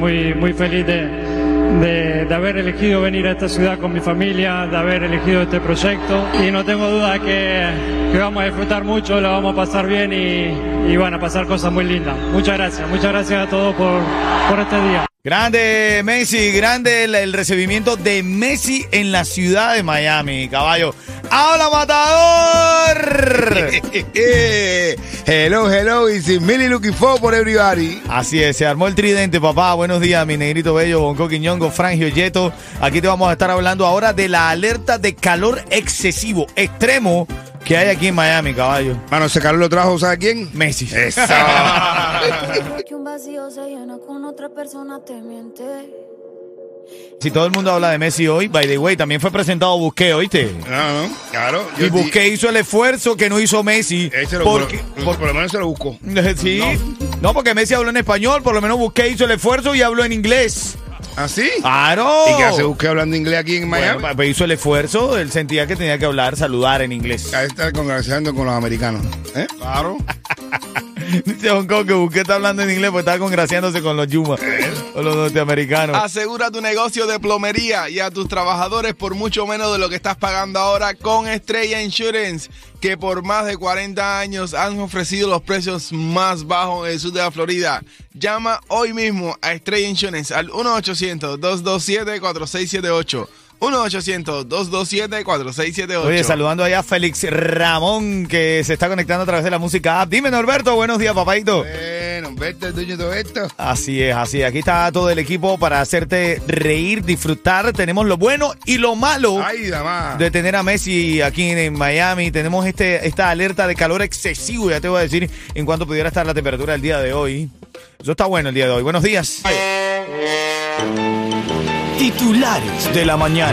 muy, muy feliz de, de- de haber elegido venir a esta ciudad con mi familia, de haber elegido este proyecto y no tengo duda que, que vamos a disfrutar mucho, la vamos a pasar bien y, y van a pasar cosas muy lindas. Muchas gracias, muchas gracias a todos por, por este día. Grande Messi, grande el, el recibimiento de Messi en la ciudad de Miami, caballo. ¡Habla matador! Eh, hello, hello, y sin Millie looking for por everybody. Así es, se armó el tridente, papá. Buenos días, mi negrito bello, Bonco Quiñongo, Frangio Yeto. Aquí te vamos a estar hablando ahora de la alerta de calor excesivo, extremo, que hay aquí en Miami, caballo. Mano, ese calor lo trajo, ¿sabe quién? Messi. Eso. Que un vacío se llena con otra persona te miente. Si todo el mundo habla de Messi hoy, by the way, también fue presentado Busqué, ¿oíste? No, no, claro. Y Busqué hizo el esfuerzo que no hizo Messi. Ese lo, porque- por, por- por lo menos se lo buscó. Sí. No, porque Messi habló en español, por lo menos Busqué hizo el esfuerzo y habló en inglés. ¿Ah, sí? Oh. ¡Claro! ¿Y qué hace Busqué hablando inglés aquí en Miami? Bueno, pa- pues hizo el esfuerzo, él sentía que tenía que hablar, saludar en inglés. Ahí está congraciando con los americanos. ¿Eh? Claro. Dice Hong Kong que Busqué está hablando en inglés porque está congraciándose con los Yuma, con los norteamericanos. Asegura tu negocio de plomería y a tus trabajadores por mucho menos de lo que estás pagando ahora con Estrella Insurance, que por más de 40 años han ofrecido los precios más bajos en el sur de la Florida. Llama hoy mismo a Estrella Insurance al 1-800-227-4678. 1-800-227-4678. Oye, saludando allá a Félix Ramón que se está conectando a través de la música app. Dime, Norberto, buenos días, papadito. Bueno, vete el dueño de todo esto. Así es, así es. Aquí está todo el equipo para hacerte reír, disfrutar. Tenemos lo bueno y lo malo. Ay, mamá. Oh. de tener a Messi aquí en, en Miami. Tenemos este, esta alerta de calor excesivo, ya te voy a decir en cuanto pudiera estar la temperatura el día de hoy. Eso está bueno el día de hoy. Buenos días. Titulares de la mañana.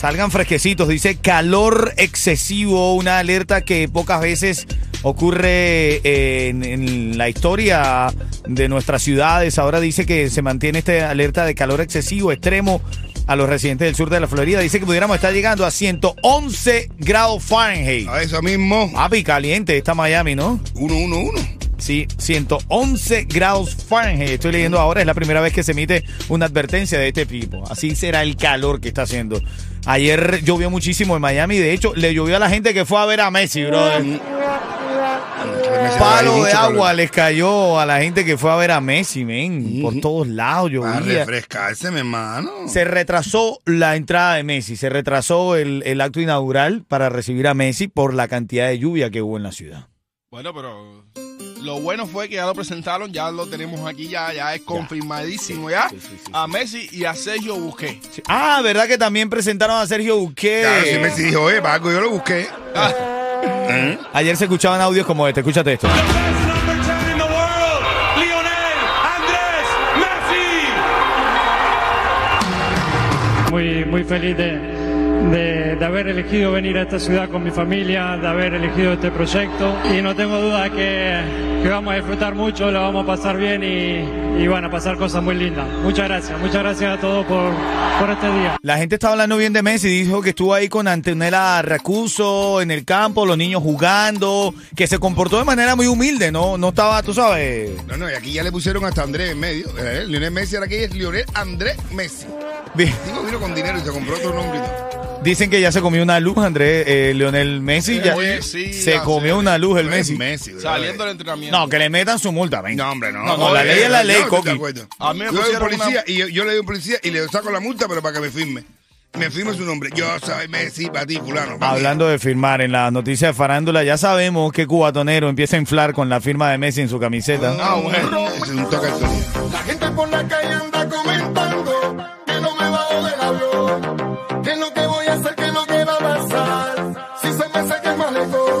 Salgan fresquecitos, dice calor excesivo, una alerta que pocas veces ocurre eh, en, en la historia de nuestras ciudades. Ahora dice que se mantiene esta alerta de calor excesivo, extremo a los residentes del sur de la Florida. Dice que pudiéramos estar llegando a 111 grados Fahrenheit. A eso mismo. Papi, caliente está Miami, ¿no? 1-1-1. Sí, 111 grados Fahrenheit. Estoy leyendo ahora, es la primera vez que se emite una advertencia de este tipo. Así será el calor que está haciendo. Ayer llovió muchísimo en Miami, de hecho, le llovió a la gente que fue a ver a Messi, brother. Palo de agua les cayó a la gente que fue a ver a Messi, men. Por todos lados Ah, Para llovía. refrescarse, mi hermano. Se retrasó la entrada de Messi, se retrasó el, el acto inaugural para recibir a Messi por la cantidad de lluvia que hubo en la ciudad. Bueno, pero lo bueno fue que ya lo presentaron, ya lo tenemos aquí, ya, ya es confirmadísimo ya. a Messi y a Sergio Busquets. Sí. Ah, ¿verdad que también presentaron a Sergio Busquets? Claro, si Messi dijo, eh, Paco, yo lo busqué. Ayer se escuchaban audios como este, escúchate esto. Muy, muy feliz de, de- de haber elegido venir a esta ciudad con mi familia, de haber elegido este proyecto y no tengo duda que, que vamos a disfrutar mucho, la vamos a pasar bien y, y van a pasar cosas muy lindas. Muchas gracias, muchas gracias a todos por, por este día. La gente estaba hablando bien de Messi, dijo que estuvo ahí con Antonella Racuso en el campo, los niños jugando, que se comportó de manera muy humilde, no, no estaba, tú sabes. No, no, y aquí ya le pusieron hasta Andrés en medio. Era él, Lionel Messi, ahora que es Lionel Andrés Messi. Di- Digo, vino con dinero y se compró otro nombre. Dicen que ya se comió una luz, Andrés, eh, Leonel Messi, ya Oye, sí, se ya comió sé. una luz el No es Messi. Messi, bro. Saliendo del entrenamiento. No, que le metan su multa, ven. No, hombre, no. No, no, la ley es la ley, Yo estoy de Coqui. acuerdo. A mí me yo le doy un pusieron policía una- y yo, yo le doy un policía y le saco la multa, pero para que me firme. Me firme su nombre. Yo soy Messi, para ti, fulano. para mí. Hablando de firmar en la noticia de Farándula, ya sabemos que Cubatonero empieza a inflar con la firma de Messi en su camiseta. Ah, bueno. Es un toque al sonido. La gente por la calle anda comentando que no me bajo del avión, que no que voy a hacer, que no que va a pasar, si se me saca el malecón.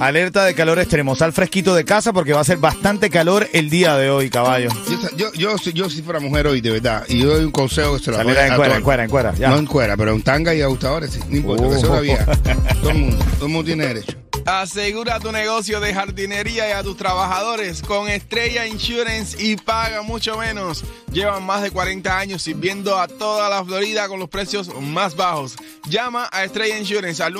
Alerta de calor extremo. Sal fresquito de casa porque va a ser bastante calor el día de hoy, caballo. Yo, yo, yo, si- yo si fuera mujer hoy, de verdad, y yo doy un consejo que se lo doy Salera en a cuera, todo- en cuera, en cuera. Ya. Uh. No en cuera, pero en tanga y ajustadores, sí. No importa, que sea una vieja. Todo el mundo, todo el mundo tiene derecho. Asegura tu negocio de jardinería y a tus trabajadores con Estrella Insurance y paga mucho menos. Llevan más de 40 años sirviendo a toda la Florida con los precios más bajos. Llama a Estrella Insurance al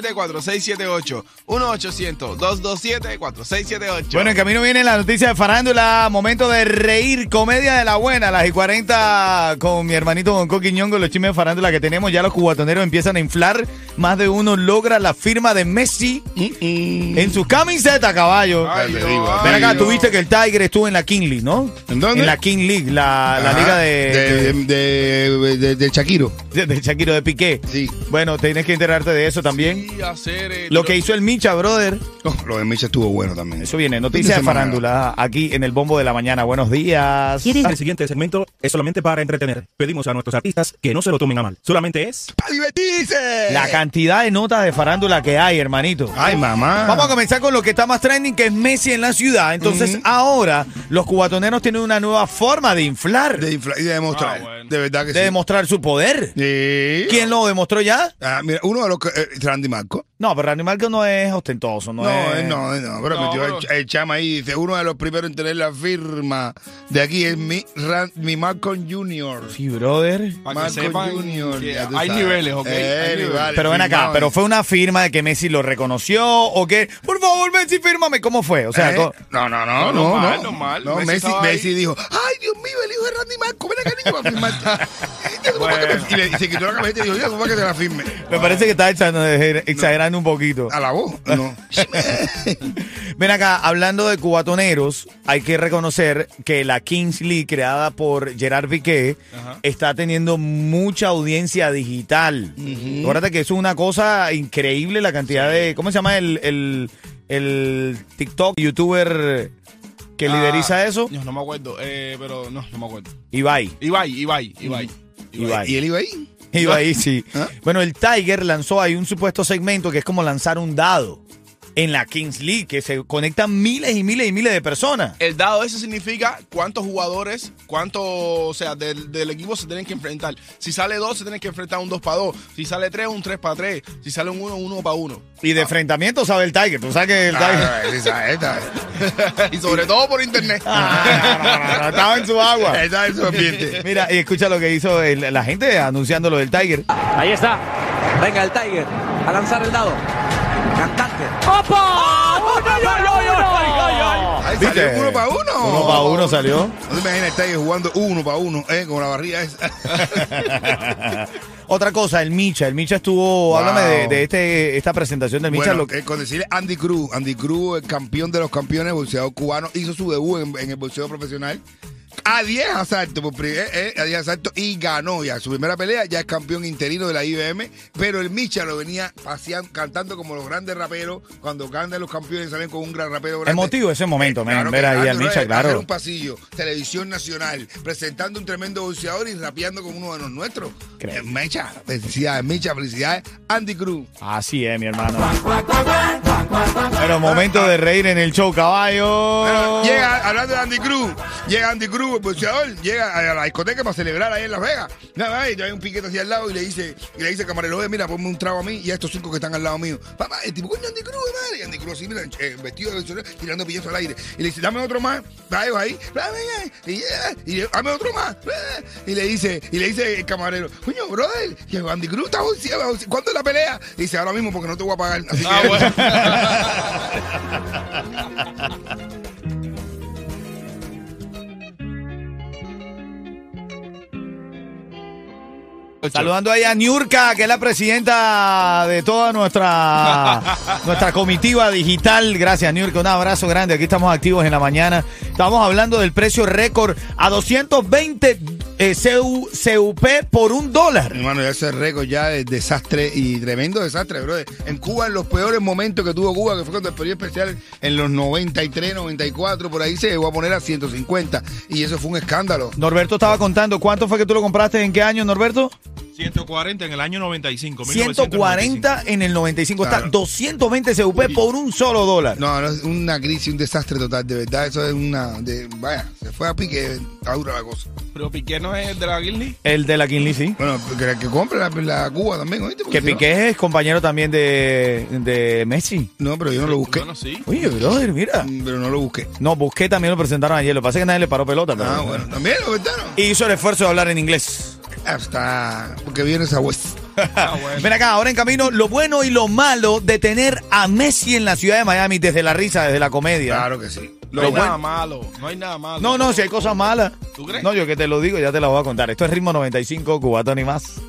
1-800-227-4678. 1-800-227-4678. Bueno, en camino viene la noticia de farándula, momento de reír, comedia de la buena, las y 40 con mi hermanito Don Coquiñón con los chismes de farándula que tenemos, ya los cubatoneros empiezan a inflar, más de uno logra la firma de Messi en su camiseta, caballo. Ay, Te digo, ay, Ven acá, Dios. tuviste que el Tiger estuvo en la King League, ¿no? ¿En dónde? En la King League, la, la Ajá, liga de, De, de, de- de Shakiro. de- de Shakiro de Piqué. Sí. Bueno, tienes que enterarte de eso también. Y hacer, eh, Lo que hizo el Micha, brother. Oh, lo de Micha estuvo bueno también. Eso viene, noticias de semana. farándula aquí en el Bombo de la Mañana. Buenos días. El siguiente segmento es solamente para entretener. Pedimos a nuestros artistas que no se lo tomen a mal. Solamente es... ¡Para divertirse! La cantidad de notas de farándula que hay, hermanito. ¡Ay, mamá! Vamos a comenzar con lo que está más trending, que es Messi en la ciudad. Entonces, ahora los cubatoneros tienen una nueva forma de inflar, de, de infla- y de demostrar. Ah, bueno. De verdad que sí. demostrar su poder. Sí. ¿Quién lo demostró ya? Ah, mira, uno de los que. eh, Randy Marco. No, pero Randy Marco no es ostentoso, no, No, es... eh, no, eh, no, pero No, metió pero- El, el chama ahí. Dice: Uno de los primeros en tener la firma de aquí es mi, Ran- mi Malcolm Jr. Sí, brother. Para que Marco sepan Jr. que ya tú hay sabes. niveles, ¿ok? Hay Eh, niveles. vale, Pero ven acá, firmado. pero fue una firma de que Messi lo reconoció o que, por favor, Messi, fírmame. ¿Cómo fue? O sea, Eh, co- no, no, No, no, no, no. normal, normal. No, Messi Messi, estaba ahí. Messi dijo, ay, Dios mío, el hijo de Randy Marco, ven acá, niño, para firmarte. Y, le- y se quitó la camiseta y dijo, ya, papá, que te la firme. me parece que está exager- exagerando un poquito. Ah. A la voz, no. Ven acá, hablando de cubatoneros, hay que reconocer que la Kings League creada por Gerard Piqué está teniendo mucha audiencia digital. Acuérdate que eso es una cosa increíble la cantidad de. ¿Cómo se llama el, el, el TikTok youtuber que Ah, lideriza eso? No, no me acuerdo, eh, pero no, no me acuerdo. Ibai. Ibai, Ibai, Ibai. Ibai. y él iba ahí. Iba ahí, sí. ¿Ah? Bueno, el Tiger lanzó ahí un supuesto segmento que es como lanzar un dado en la Kings League, que se conectan miles y miles y miles de personas. El dado eso significa cuántos jugadores, cuántos, o sea, del, del equipo se tienen que enfrentar. Si sale dos, se tienen que enfrentar un dos para dos. Si sale tres, un tres para tres. Si sale un uno, uno para uno. Y de enfrentamiento sabe el Tiger. Tú sabes que el Tiger. Ah, esa, esta. Y sobre todo por internet. Ah, no, no, no, no, estaba en su agua. Esa es su ambiente. Mira, y escucha lo que hizo el- la gente anunciando lo del Tiger. Ahí está. Venga el Tiger a lanzar el dado. Cantante. ¡Opa! Ahí ¿Viste? salió uno para uno. Uno para uno salió. No te imaginas, está ahí jugando uno para uno, eh, con la barriga esa. Otra cosa, el Micha. El Micha estuvo. Wow. Háblame de, de este, esta presentación del Micha. Bueno, lo que- eh, con decirle Andy Cruz, Andy Cruz, el campeón de los campeones boxeador cubano, hizo su debut en, en el boxeo profesional a 10 asaltos, por pri- eh, eh, a 10 asaltos y ganó ya su primera pelea, ya es campeón interino de la IBM, pero el Micha lo venía paseando, cantando como los grandes raperos, cuando cantan los campeones salen con un gran rapero grande. Emotivo ese momento, man, eh, Claro que ver ahí Andy al Cruz Micha, es claro. hacer un pasillo, televisión nacional, presentando un tremendo boxeador y rapeando con uno de los nuestros. Creo. Eh, Micha, felicidades, Micha, felicidades, Andy Cruz. Así es, mi hermano. Pero momento de reír en el show, caballo. Bueno, llega, hablando de Andy Cruz, llega Andy Cruz, el boxeador, llega a la discoteca para celebrar ahí en Las Vegas. Nada más, y hay un piquete hacia al lado y le dice, y le dice al camarero, oye, mira, ponme un trago a mí y a estos cinco que están al lado mío. Papá, el tipo, coño, Andy Cruz, madre. Y Andy Cruz así, mira, eh, vestido de boxeador, tirando pillazo al aire. Y le dice, dame otro más, va ellos ahí, bla, bla, bla, y, eh, y le- dame otro más. bla, bla. Y le dice, y le dice el camarero, coño, brother, y yo, Andy Cruz está boxeado, boxeado, ¿cuándo es la pelea? Y dice, ahora mismo porque no te voy a pagar. Así Ah, que- bueno. Saludando ahí a Niurka, que es la presidenta de toda nuestra, nuestra comitiva digital. Gracias, Niurka. Un abrazo grande. Aquí estamos activos en la mañana. Estamos hablando del precio récord a 220 eh, CU CUP por un dólar. Hermano, ya ese récord ya es desastre y tremendo desastre, brother. En Cuba, en los peores momentos que tuvo Cuba, que fue cuando el periodo especial en los 93, 94, por ahí se llegó a poner a 150. Y eso fue un escándalo. Norberto estaba contando. ¿Cuánto fue que tú lo compraste? ¿En qué año, Norberto? 140 en el año 95. 140 en el 95. Está Claro. 220 CUP por un solo dólar. No, no, es una crisis, un desastre total, de verdad. Eso es una. de- vaya, se fue a pique, dura la cosa. Pero Piqué no es el de la Guilty. El de la Kinley, sí. Bueno, que, que compre la, la Cuba también, ¿oíste? Porque Que si no- Piqué es compañero también de, de Messi. No, pero yo no lo busqué. Bueno, sí. Oye, brother, mira. Pero no lo busqué. No, busqué también lo presentaron ayer. Lo que pasa es que nadie le paró pelota. Pero, Ah, bueno, también lo vetaron. Y hizo el esfuerzo de hablar en inglés. Hasta. Porque vienes a West. Ah, Ven acá, ahora en camino, lo bueno y lo malo de tener a Messi en la ciudad de Miami, desde la risa, desde la comedia. Claro que sí. No Lo hay nada bueno- malo. No hay nada malo. No, no, si hay cosas malas. ¿Tú crees? No, yo que te lo digo, ya te la voy a contar. Esto es Ritmo 95, Cubatón y más.